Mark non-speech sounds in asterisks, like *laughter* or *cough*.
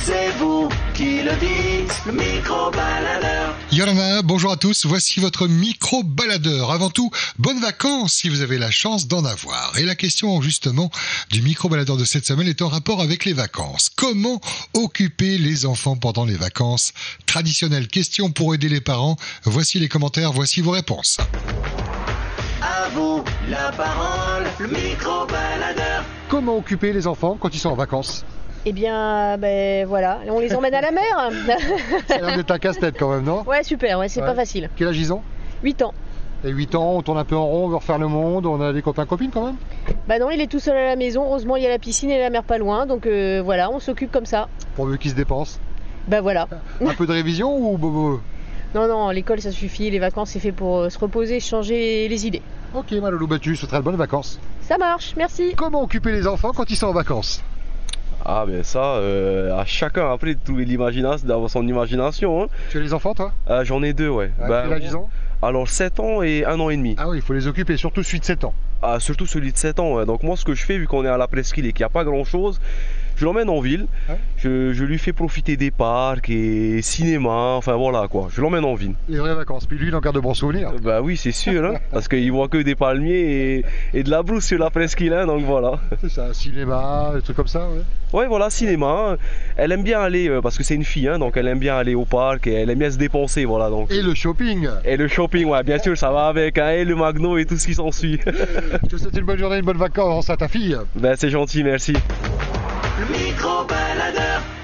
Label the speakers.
Speaker 1: C'est vous qui le dites, le micro-baladeur.
Speaker 2: Il y en a un, bonjour à tous, voici votre micro-baladeur. Avant tout, bonnes vacances si vous avez la chance d'en avoir. Et la question justement du micro-baladeur de cette semaine est en rapport avec les vacances. Comment occuper les enfants pendant les vacances Traditionnelle question pour aider les parents. Voici les commentaires, voici vos réponses.
Speaker 1: À vous la parole, le micro-baladeur.
Speaker 2: Comment occuper les enfants quand ils sont en vacances
Speaker 3: Eh bien, ben voilà, on les emmène à la mer.
Speaker 2: Ça est un casse-tête quand même, non
Speaker 3: ouais, super, ouais, c'est
Speaker 2: Ouais.
Speaker 3: pas facile.
Speaker 2: Quel âge ils ont
Speaker 3: 8 ans.
Speaker 2: Et 8 ans, on tourne un peu en rond, on veut refaire le monde, on a des copains-copines quand même
Speaker 3: Bah non, il est tout seul à la maison. Heureusement, il y a la piscine et la mer pas loin. Donc euh, voilà, on s'occupe comme ça.
Speaker 2: Pourvu qu'ils se dépensent.
Speaker 3: Bah voilà.
Speaker 2: Un peu de révision ou bobo
Speaker 3: Non, non, l'école ça suffit. Les vacances, c'est fait pour euh, se reposer, changer les idées.
Speaker 2: Ok, ma loulou battue, je te souhaiterais de bonnes vacances.
Speaker 3: Ça marche, merci.
Speaker 2: Comment occuper les enfants quand ils sont en vacances
Speaker 4: Ah ben ça, euh, à chacun après de trouver l'imagination, d'avoir son imagination. hein.
Speaker 2: Tu as les enfants, toi
Speaker 4: Euh, J'en ai deux, ouais.
Speaker 2: À
Speaker 4: Ben,
Speaker 2: quel âge ils ont
Speaker 4: alors 7 ans et 1 an et demi.
Speaker 2: Ah oui, il faut les occuper, surtout celui de 7 ans.
Speaker 4: Ah, surtout celui de 7 ans. ouais. Donc moi ce que je fais, vu qu'on est à la presqu'île et qu'il n'y a pas grand-chose, je l'emmène en ville.
Speaker 2: Ouais.
Speaker 4: Je, je lui fais profiter des parcs et cinéma. Enfin voilà quoi. Je l'emmène en ville.
Speaker 2: Les vraies vacances. Puis lui, il en garde de bons souvenirs.
Speaker 4: Euh, Bah oui, c'est sûr. hein, *laughs* parce qu'il voit que des palmiers et, et de la brousse sur la presqu'île. hein, donc voilà.
Speaker 2: C'est ça, cinéma, des trucs comme ça, ouais.
Speaker 4: Ouais, voilà, cinéma. hein. Elle aime bien aller, euh, parce que c'est une fille, hein, donc elle aime bien aller au parc et elle aime bien se dépenser, voilà. Donc.
Speaker 2: Et le shopping
Speaker 4: Et le shopping, ouais, bien sûr, ça va avec, hein, et le magno et tout ce qui s'ensuit. *laughs*
Speaker 2: Je te souhaite une bonne journée, une bonne vacances à ta fille
Speaker 4: ben, c'est gentil, merci.
Speaker 1: Le micro-baladeur.